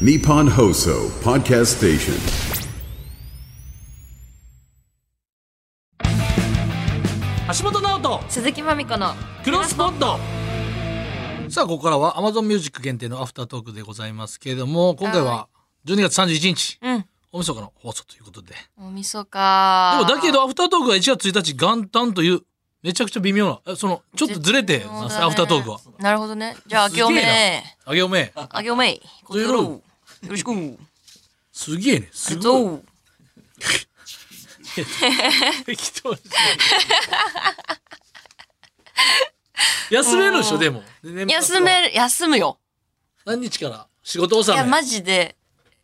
Nippon Hoso Podcast Station. 橋本直人鈴木まみこのクロスポットさあここからは Amazon ミュージック限定のアフタートークでございますけれども今回は12月31日うん大晦日の放送ということで大晦日でもだけどアフタートークは1月1日元旦というめちゃくちゃ微妙なえそのちょっとずれて絶妙だねアフタートークはなるほどねじゃあす明げえけなおめあげおめえ明けおめうやろうよろしくすげえねすごいどう適当に してる休めるでしょでもで年末休はめる休むよ何日から仕事いや納めマジで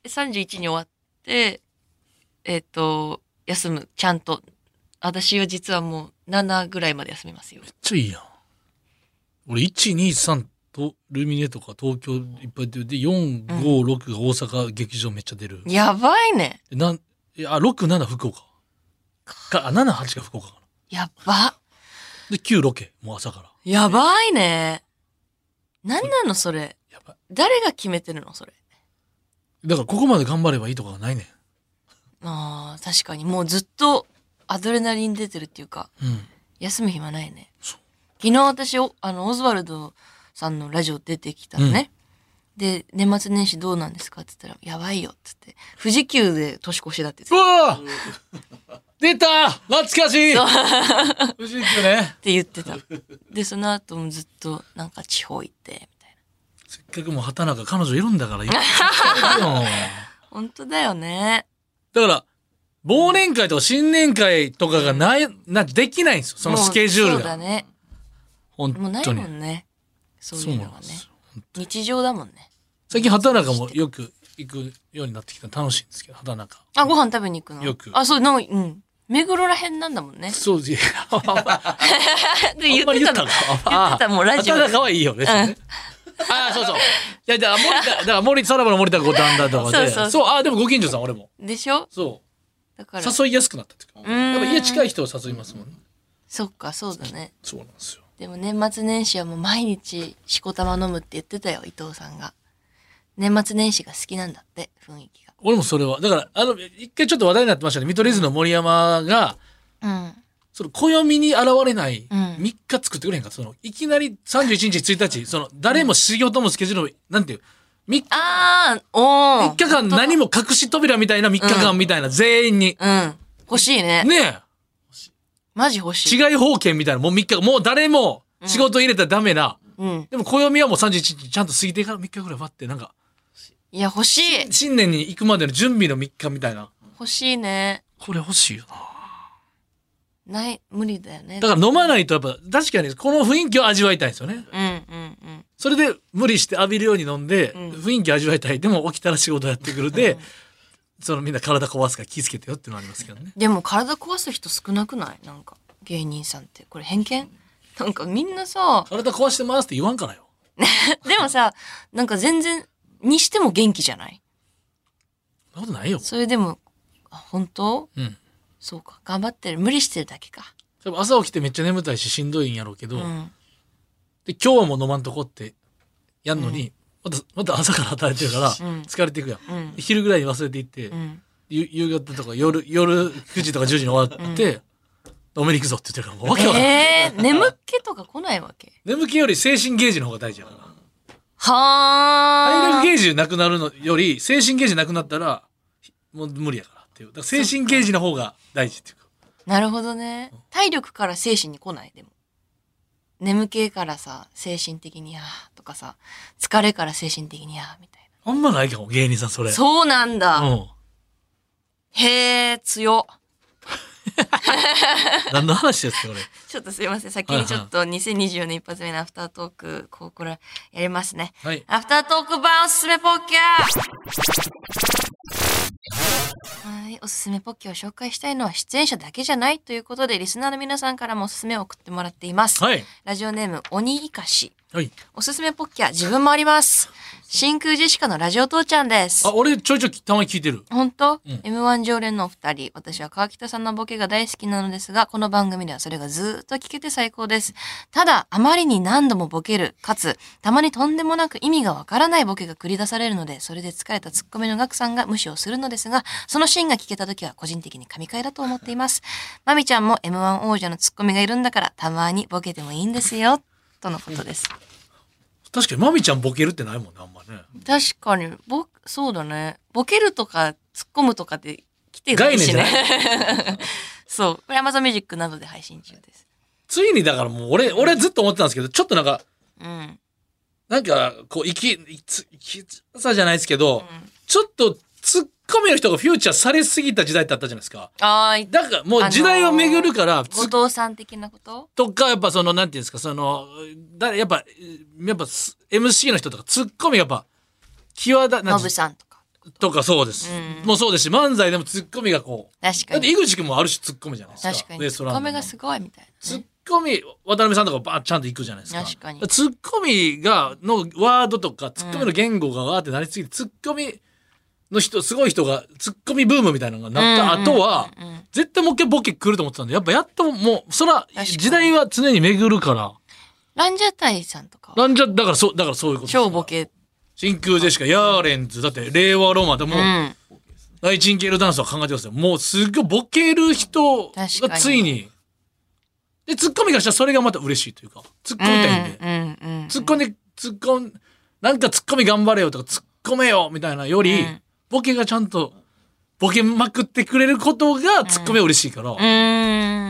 31に終わってえっと休むちゃんと私は実はもう7ぐらいまで休みますよめっちゃいいやん。俺、1、2、3と、ルミネとか東京いっぱい出る。で、4、5、6が大阪劇場めっちゃ出る。やばいねでなん、いやあ、6、7福岡。か、あ、7、8が福岡かな。やばで、9ロケ、もう朝から。やばいねなんなのそれやばい。誰が決めてるのそれだから、ここまで頑張ればいいとかがないねあー確かにもうずっとアドレナリン出てるっていうかん。うん。休む暇ないねそう昨日私おあのオズワルドさんのラジオ出てきたのね、で年末年始どうなんですかって言ったら「やばいよ」っつって富士急で年越しだって言っうてたっわー出た懐かしい不思議ね。て言 ってたでその後もずっとなんか地方行ってみたいなせっかくもう畑中彼女いるんだから、いっぱい行ってよ本当だよねだから、忘年会とか新年会とかがない、な、できないんですよ。そのもうスケジューそルうだが。ね本もうない当にも。んねそうそいううなのんがでねすよ。日常だもんね最近、畑中もよく行くようになってきたの楽しいんですけど、畑中。あご飯食べに行くのよくあそうなんかうん目黒らへんなんだもんねそう です。あんまでり言って言ったたのの言ってたもうラジオ畑中はいいよね。ああ、そうそう。いや、だから森田、だから森、さらばの森田五反田とかで。そうそうそう、ああ、でもご近所さん、俺も。でしょそだう。から誘いやすくなったっていうか。んやっぱ家近い人を誘いますもんね。そっかそうだねそうなんですよ。でも年末年始はもう毎日しこたま飲むって言ってたよ伊藤さんが年末年始が好きなんだって雰囲気が俺もそれは。だから、あの、一回ちょっと話題になってましたね。見取り図の森山が、うんその暦に現れないうん3日作ってくれへんか、そのいきなり31日1日その誰も仕事もスケジュールもなんていう3日あーおー3日間何も隠し扉みたいな3日間みたいな、全員にうん欲しいねねマジ欲しえい違い方権みたいなもう3日もう誰も仕事入れたらダメな、うんでも暦はもう31日ちゃんと過ぎてから3日ぐらい待ってなんかいや欲しい新年に行くまでの準備の3日みたいな欲しいねこれ欲しいよなない無理だよねだから飲まないとやっぱ確かにこの雰囲気を味わいたいんですよねうんうんうんそれで無理して浴びるように飲んで、ん雰囲気味わいたい。でも起きたら仕事やってくるで、そのみんな体壊すから気ぃつけてよっていうのありますけどね。でも体壊す人少なくないなんか芸人さんってこれ偏見なんかみんなさ体壊してますって言わんからよ。でもさ なんか全然にしても元気じゃないそんなことないよ。それでも、あ本当うん。そうか。頑張ってる。無理してるだけか。多分朝起きてめっちゃ眠たいししんどいんやろうけど、うん。で、今日はもう飲まんとこってやんのに、また、また朝から働いてるから、ん疲れていくやん,、うん昼ぐらいに忘れていって、うん。ゆ夕方とか夜、夜9時とか10時に終わって、飲めに行くぞって言ってるから、もうわけわからん。えー、眠気とか来ないわけ眠気より精体神ゲージの方が大事やから。体は力ーゲージなくなるのより精神ゲージなくなったらもう無理やからっていうだから精神ゲージの方が大事っていうかなるほどね。体力から精神に来ないでも。眠気からさ、精神的にやーとかさ、疲れから精神的にやーみたいあんまないかも芸人さんそれな。そうなんだ。うんへー、強。何の話ですか俺ちょっとすいません。先にちょっと2024年一発目のアフタートーク、こうこれやりますね。 はいアフタートーク版おすすめポッキャーはい、おすすめポッキャーを紹介したいのは出演者だけじゃないということで、リスナーの皆さんからもおすすめを送ってもらっています。はいラジオネーム、鬼いかし。はい。おすすめポッキャ自分もあります。真空ジェシカのラジオ父ちゃんですあ、。俺ちょいちょいたまに聞いてる。本当、ん ?M1 常連のお二人。私は川北さんのボケが大好きなのですが、この番組ではそれがずーっと聞けて最高です。ただ、あまりに何度もボケる、かつ、たまにとんでもなく意味がわからないボケが繰り出されるので、それで疲れたツッコミのガクさんが無視をするのですが、そのシーンが聞けた時は個人的に神回だと思っています。まみちゃんも M1 王者のツッコミがいるんだから、たまにボケてもいいんですよ。とのことです。確かにマミちゃんボケるってないもんね、あんまね。確かに、ぼ、そうだね。ボケるとか、突っ込むとかで来て概る念しじゃなね。 そう。これ Amazon Music などで配信中です。ついにだからもう俺、俺ずっと思ってたんですけど、ちょっとなんか、うん。なんか、こう、生き、生きつ、生きづらさじゃないですけど、ちょっとツッコミの人がフューチャーされすぎた時代ってあったじゃないですか。あーいだからもう時代を巡るから、ツッ後藤さん的なこととか、やっぱその、なんていうんですか、その、だやっぱ、やっぱす MC の人とか、ツッコミやっぱ、際立なんていうんノブですさんとか。とかそうです。うんもうそうですし、漫才でもツッコミがこう。確だかってに。井口君もある種ツッコミじゃないですか。確かウに。エスツトッラコンドミがのすごいみたいツなッね。コミ、渡辺さんとかばーちゃんと行くじゃないですか。確かにツッコミが、のワードとか、ツッコミの言語がわーってなりすぎて、ツッコミの人、すごい人が、ツッコミブームみたいなのがなった後は、うんうんうんうん絶対もう一回ボケ来ると思ってたんで、やっぱやっともう、そら、かに時代は常に巡るから、ランジャタイさんとかは。なんじゃ、だからそう、だからそういうことですから超ボ。ケ。真空ジェシカ、ヤーレンズ、だって、令和ロマンでもうう、ん。ナイチンゲールダンスは考えてますよ。もうすごいボケる人が確かについに。で、ツッコミがしたらそれがまた嬉しいというか、ツッコみたいんで。うんうんうん。ツッコんで、ツッコん、なんかツッコミ頑張れよとか、ツッコめよみたいなより、うんボケがちゃんと、ボケまくってくれることがツッコミは嬉しいから、うー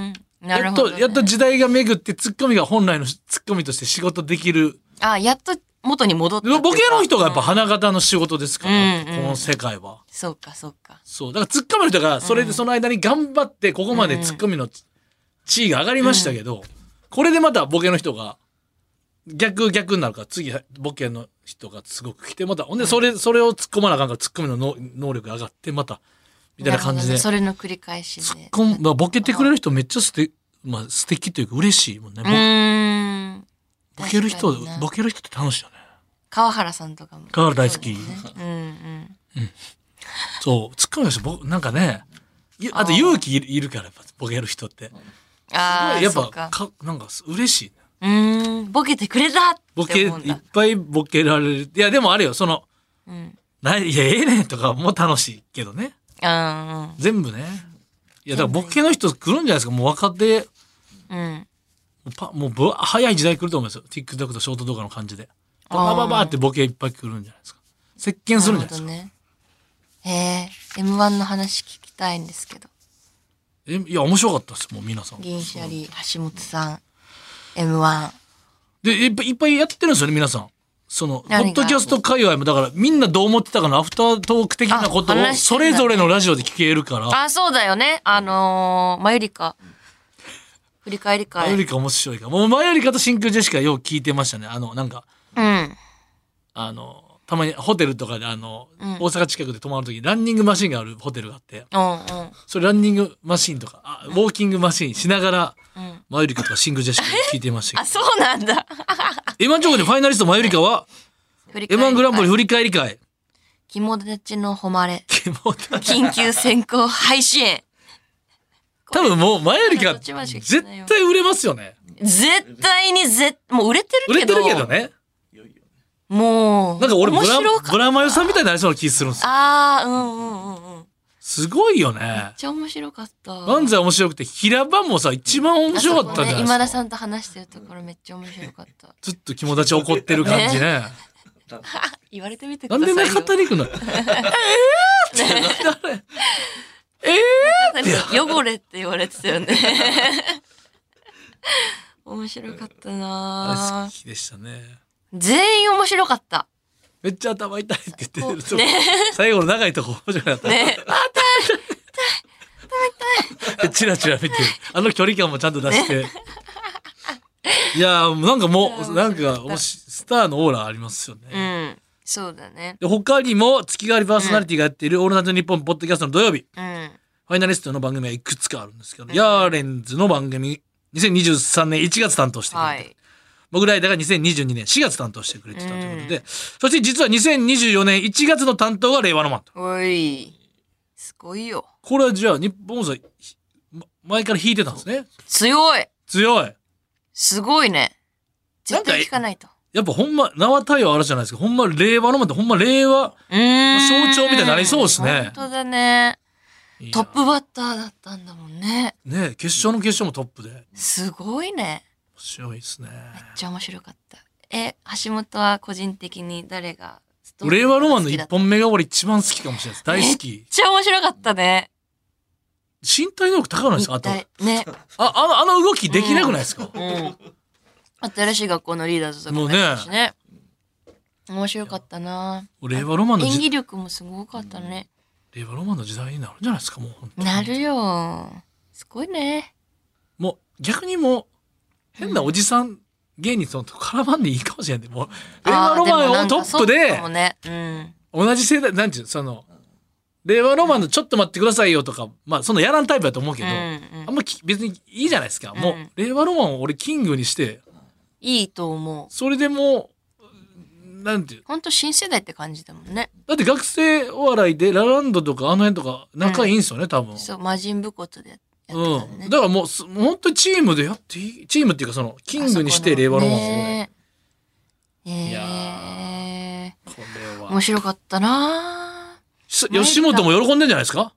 ん。なるやっほどと、ね。やっと時代が巡ってツッコミが本来のツッコミとして仕事できる。あ、やっと元に戻ったっていうか。ボケの人がやっぱうん花形の仕事ですから、うんこの世界は。そうか、そうか。そう。だから、ツッコミの人が、それでその間に頑張って、ここまでツッコミの地位が上がりましたけど、これでまたボケの人が、逆逆になるから、次、ボケの人がすごく来て、また、ほんで、それ、それを突っ込まなあかんから、ツッコミの能能力が上がって、また、みたいな感じで、るほどねそ突っれの繰り返しで。込む、まあ、ボケてくれる人めっちゃ素敵、まあ、素敵というか、嬉しいもんね。うーん。ボケる人確かにな、ボケる人って楽しいよね。川原さんとかも。川原大好き。そうだよねそう、ツッコミの人、ぼなんかね、ゆあと勇気いるいるから、やっぱボケる人って。うんうん。ああ、ややっっぱぱかか。なんか嬉しいねうーん。ボケてくれたってボケいっ思うんだ。ぱいボケられるいやでもあれよそのうん。ないいやええねんとかも楽しいけどねあ全部ねいやだからボケの人来るんじゃないですかもう若手ーうん。うん。パもうぶわ早い時代来ると思いますよ TikTok とショート動画の感じでババババってボケいっぱい来るんじゃないですか席巻するんじゃないですか、ね。へえ、M1 の話聞きたいんですけど。えいや面白かったですもう皆さんで銀シャリ、橋本さん、M1。いっぱいいっぱいやってるんですよね皆さんそのポ何がッドキャスト界隈もだからみんなどう思ってたかのアフタートーク的なことあを話してそんだねれぞれのラジオで聞けるからあ、そうだよね。あのー、まゆりか。振り返り前よ会。りか面白いかもう前よりかと真空ジェシカよう聞いてましたねあのなんかうん。あのたまにホテルとかであの、大阪近くで泊まる時にランニングマシンがあるホテルがあってうんうん。それランニングマシンとかあウォーキングマシンしながら、んマユリカとか真空ジェシカを聞いてましたあ、けそうなんだ。ど M1 直後にファイナリストマユリカは 振り返り M1 会グランプリ振り返り会肝立ちの誉れ。キモだ緊急先行配信。 多分もう前よりかどっちもしか絶聞けないよ対売れますよね絶対に絶、もう売れて売るれけど。てるけどねもう。なんか俺ブ面ラ白かブラマヨさんみたいになりそうな気するんですよああ、うんうんうんうん。めっすごいよねちゃ面白かった。漫才面白くて平場もさ一番面白かったんじゃないあそでこねすか今田さんと話してるところめっちゃ面白かった。ずっと友達怒ってる感じね。言われてみてくなだんさいでよ。中谷くんなの 汚れって言われてたよね。面白かった大好なぁきでしたね。全員面白かった。めっちゃ頭痛いって言ってるとこ、ね最後の長いとこ面白かった。ね。で チラチラ見てる。あの距離感もちゃんと出して。いやー、なんかもう、なんか、おしスターのオーラありますよね。うん。そうだね。で他にも月替わりパーソナリティがやっている「オールナイトニッポン」ポッドキャストの土曜日うん。ファイナリストの番組はいくつかあるんですけど、ヤーレンズの番組2023年1月担当してくれて、はい。モグライダーが2022年4月担当してくれてたということで、そして実は2024年1月の担当が令和ロマンと。おい。すごいよ。これはじゃあ日本さん、ひま前から弾いてたんですね。強い。強い。すごいね。な絶んか対聞かないと。やっぱほんま、縄太陽あるじゃないですか。ほんま令和ロマンってほんま令和、うーん。象徴みたいになりそうですね本当だね。いいトなップバッターだったんだもんね。ね決勝の決勝もトップで。面すごいね。白いですね。めっちゃ面白かった。え、橋本は個人的に誰が令和ロマンの一めっ本目が俺一番好きかもしれないです。大好き。ちゃ面白かったね。身体能力高くないですかあ一と。あ体ね。あの、あの動きできなくないですか、うん。新しい学校のリーダーズとかももうねやってたしね。面白かったな。令和ロマンの演時技力もすごかったね。令和ロマンの時代になるんじゃないですかもう本当になるよ。すごいね。もう逆にもう変なおじさん芸人と絡まんでいいかもしれないもう令和ロマンをトップあーもなんかそうでかもね。うん。同じ世代なんていうのその令和ロマンのちょっと待ってくださいよとかまあそのやらんタイプだと思うけうど、んあうんん。まき別にいいじゃないですか、うんもう令和ロマンを俺キングにしていいと思う。それでもうなんていうほんと新世代って感じだもんね。だって学生お笑いでラランドとかあの辺とか仲いいんですよね、多分そう、魔人武骨でやってたうんん、だね。だからもうすもう本当にチームでやっていいチームっていうかそのキングにして令和ロマンをねねえいやこれ面白かったなし吉本も喜んでんじゃないですか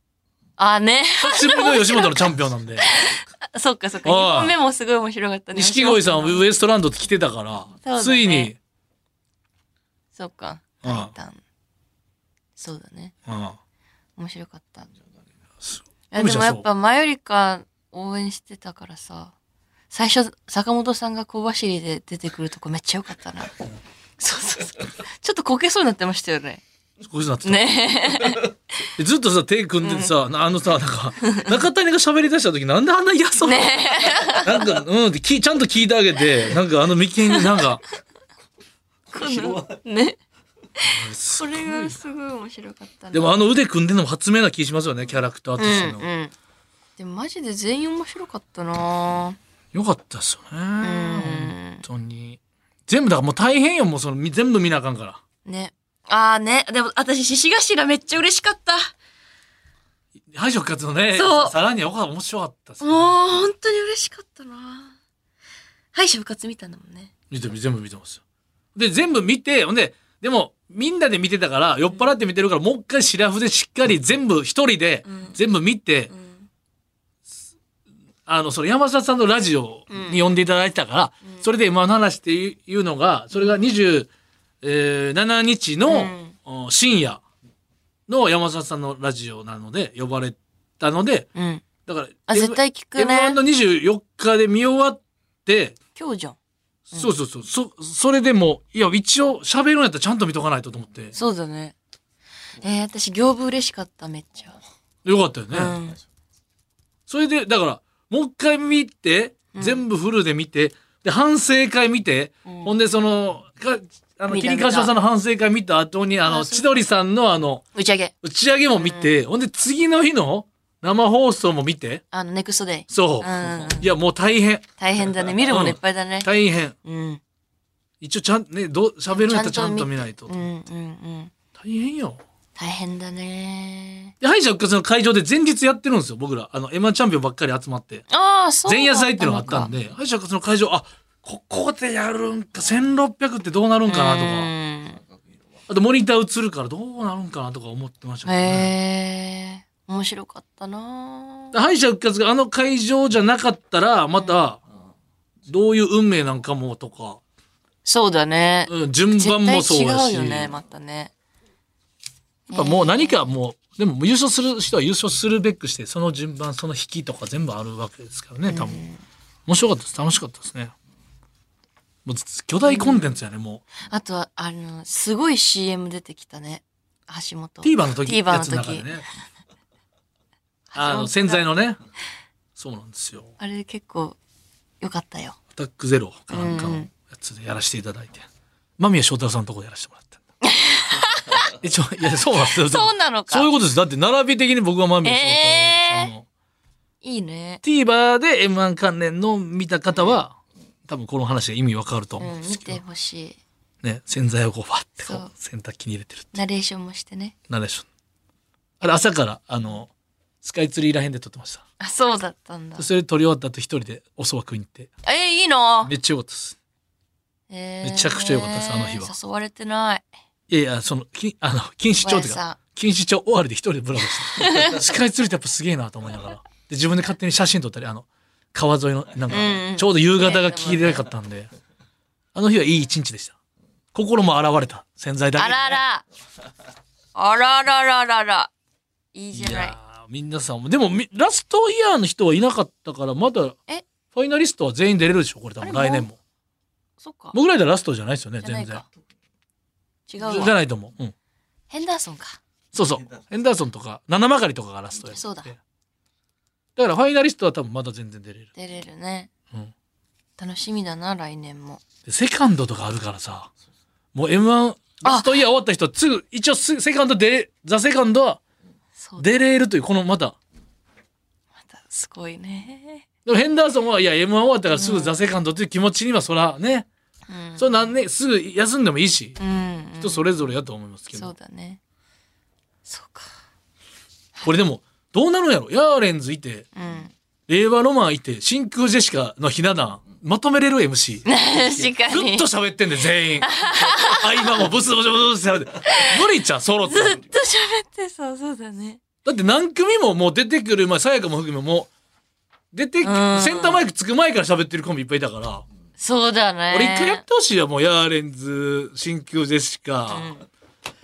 あ、ね。 久しぶりの吉本のチャンピオンなんでそっかそっか。おい2本目もすごい面白かったね。錦鯉さん面白ウエストランドって来てたかそうだら、ねついに、そうか。うんタイタン。そうだね。うん、面白かった。いすや海ちでゃんもやっぱ、マヨリカ応援してたからさ、最初、坂本さんが小走りで出てくるとこめっちゃ良かった な。そうそうそう。ちょっとこけそうになってましたよね。そうこういうのなってたねでずっとさ手組んでさ、なあのさなんか 中谷が喋り出した時なんであんな嫌そう、ねなんかうんってきちゃんと聞いてあげてなんかあの眉間になんかね。すそごいれがすごい面白かったなでもあの腕組んでんのも発明な気しますよねキャラクターとしての、うんうん、でもマジで全員面白かったなよかったですよね、ん本当に全部だからもう大変よもうそのみ全部見なあかんからねああねでも私獅子頭めっちゃ嬉しかった敗者復活のねそうささらによかった面白かったっすもう本当に嬉しかったな敗者復活見たんだもんね見て全部見てますよで全部見てほんででもみんなで見てたから酔っ払って見てるからもう一回シラフでしっかり全部一人でうん全部見て、うんあのその山下さんのラジオに呼んでいただいてたから、それで今の話っていうのがそれが27日の、うんお深夜の山下さんのラジオなので呼ばれたのでうんだからあ絶対聞く M1 ねの24日で見終わって、今日じゃんそうそうそうそそれでもいや一応喋るんやったらちゃんと見とかないとと思ってそうだねえー、私行部嬉しかっためっちゃよかったよね、うんそれでだからもう一回見て全部フルで見て、で反省会見て、うんほんでそのかあの見た桐川翔さんの反省会見た後にあのあそう千鳥さんのあの打ち上げ打ち上げも見て、ほんで次の日の生放送も見てあのネクストデイそう、うんいやもう大変大変だね見るものいっぱいだね大変うん一応ちゃんねどう喋るんやったらちゃんと見ないとうんうんうん大変よ大変だねで敗者復活の会場で前日やってるんですよ僕らあの m 1チャンピオンばっかり集まってああそうだ前夜祭っていうのがあのっかたんで敗者復活の会場あここでやるんか1600ってどうなるんかなとうかんあとモニター映るからどうなるんかなとか思ってましたけどねへえ面白かったなで敗者復活があの会場じゃなかったらまたどういう運命なんかもとか、そうだねうん、順絶番対もそうや違うしよねまたねやっぱもう何かもう、でも優勝する人は優勝するべくして、その順番、その引きとか全部あるわけですからね、多分。面白かったです。楽しかったですね。もうず巨大コンテンツやね、もあとはあのすごい CM 出てきたね橋本う。TVer の時 TVer やのつの中で時ね。あの、洗剤のね。そうなんですよ。あれ結構よかったよアタックゼロかなんかのやつでやらせていただいて。間宮祥太朗さんのとこでやらせてもらったん だ。一応、いや、そうなんですよ。そうなのかそういうことです。だって、並び的に僕は間宮祥太朗さんの。いいね TVer で M1 関連の見た方は、多分この話が意味わかると思ううんん、で見すけどて、ほしい。ね、洗剤をこうバッてこそうう洗濯機に入れてるってナレーションもしてね。ナレーションあれ朝からあのスカイツリーら辺で撮ってましたあ、そうだったんだ。それ撮り終わった後一人でお蕎麦食いに行ってえ、いいのめっちゃ良かったですめめちゃくちゃ良かったですあの日は誘われてない。いやいやそのき あの錦糸町という小林さかん錦糸町終わりで一人でブラブラして たスカイツリーってやっぱすげえなと思いながらで自分で勝手に写真撮ったりあの川沿いのなんかうんうんちょうど夕方が切れなかったんであの日はいい一日でした心も洗われた洗剤だけあでねらら。あららららら。いいいじゃない。やーみんなさんもでもみラストイヤーの人はいなかったからまだえファイナリストは全員出れるでしょこれ多分あれ来年もそっか。僕らでラストじゃないですよねじゃな全い然か。違うじゃわ。ないと思う、うん、ヘンダーソンか。そうそうヘンダーソンとか七曲りとかがラストやってそうだだからファイナリストは多分まだ全然出れる出れるね。うん楽しみだな、来年も。でセカンドとかあるからさもう m 1ラストイヤー終わった人はすぐ一応すセカンド出れザ・セカンドはそうだ。出れるというこのまたまた、すごいね。でもヘンダーソンはいや m 1終わったからすぐザ・セカンドという気持ちにはそらね、うん。それなんねすぐ休んでもいいし、うん、うん。人それぞれやと思いますけど、そうだね。そうか。これでもどうなるんやろヤーレンズいてうん。令和ロマンいて真空ジェシカのひな壇まとめれる MC ず確かっにと。喋ってんで全員合間もブスブスブスブスって喋って無理ちゃんソロってずっと喋ってそう、そうだね。だって何組ももう出てくる前さやかも含めもう出てきうんセンターマイクつく前から喋ってるコンビいっぱいいたから、そうだね。俺一回やってほしいよもうヤーレンズ真空ジェシカ、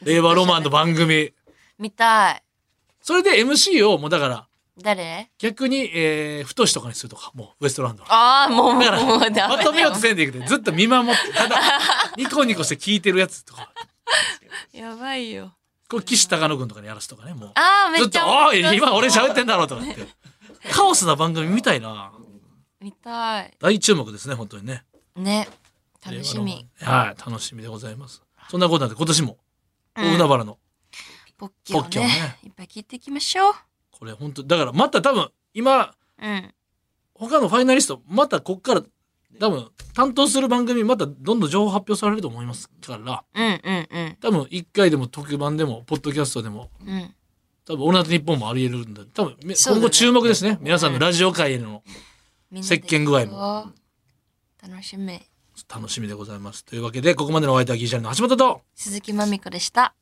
令和ロマンの番組見たい。それで MC をもうだから誰逆に、えー、太とかにするとか、もう、ウエストランドの。ああ、もう、もうだから、もうダまメとめようとせんでいくで、ずっと見守って、ただ、ニコニコして聞いてるやつとか、やばいよ。これ岸高野君とかにやらすとかね、もう。ああ、めずっっちゃと、面お白そうい、今俺喋ってんだろうとかって。カオスな番組みたいな。見たい。大注目ですね、本当にね。ね。楽しみ。令和のはい、楽しみでございます。そんなことなんで、今年も、うん大海原の、ポッキーをポッキーをねね。いっぱい聞いていきましょう。これ本当、だからまた多分、今、うん。他のファイナリスト、またこっから、多分、担当する番組、またどんどん情報発表されると思いますから、うんうんうん多分1回でも特番でもポッドキャストでもうん。多分「オールナイトニッポン」もありえるんだ多分めそうだね今後注目ですね皆さんのラジオ界へのみんなで石鹸具合も行こう。楽しみ。楽しみでございますというわけでここまでのお相手はギリシャリの橋本と鈴木まみこでした。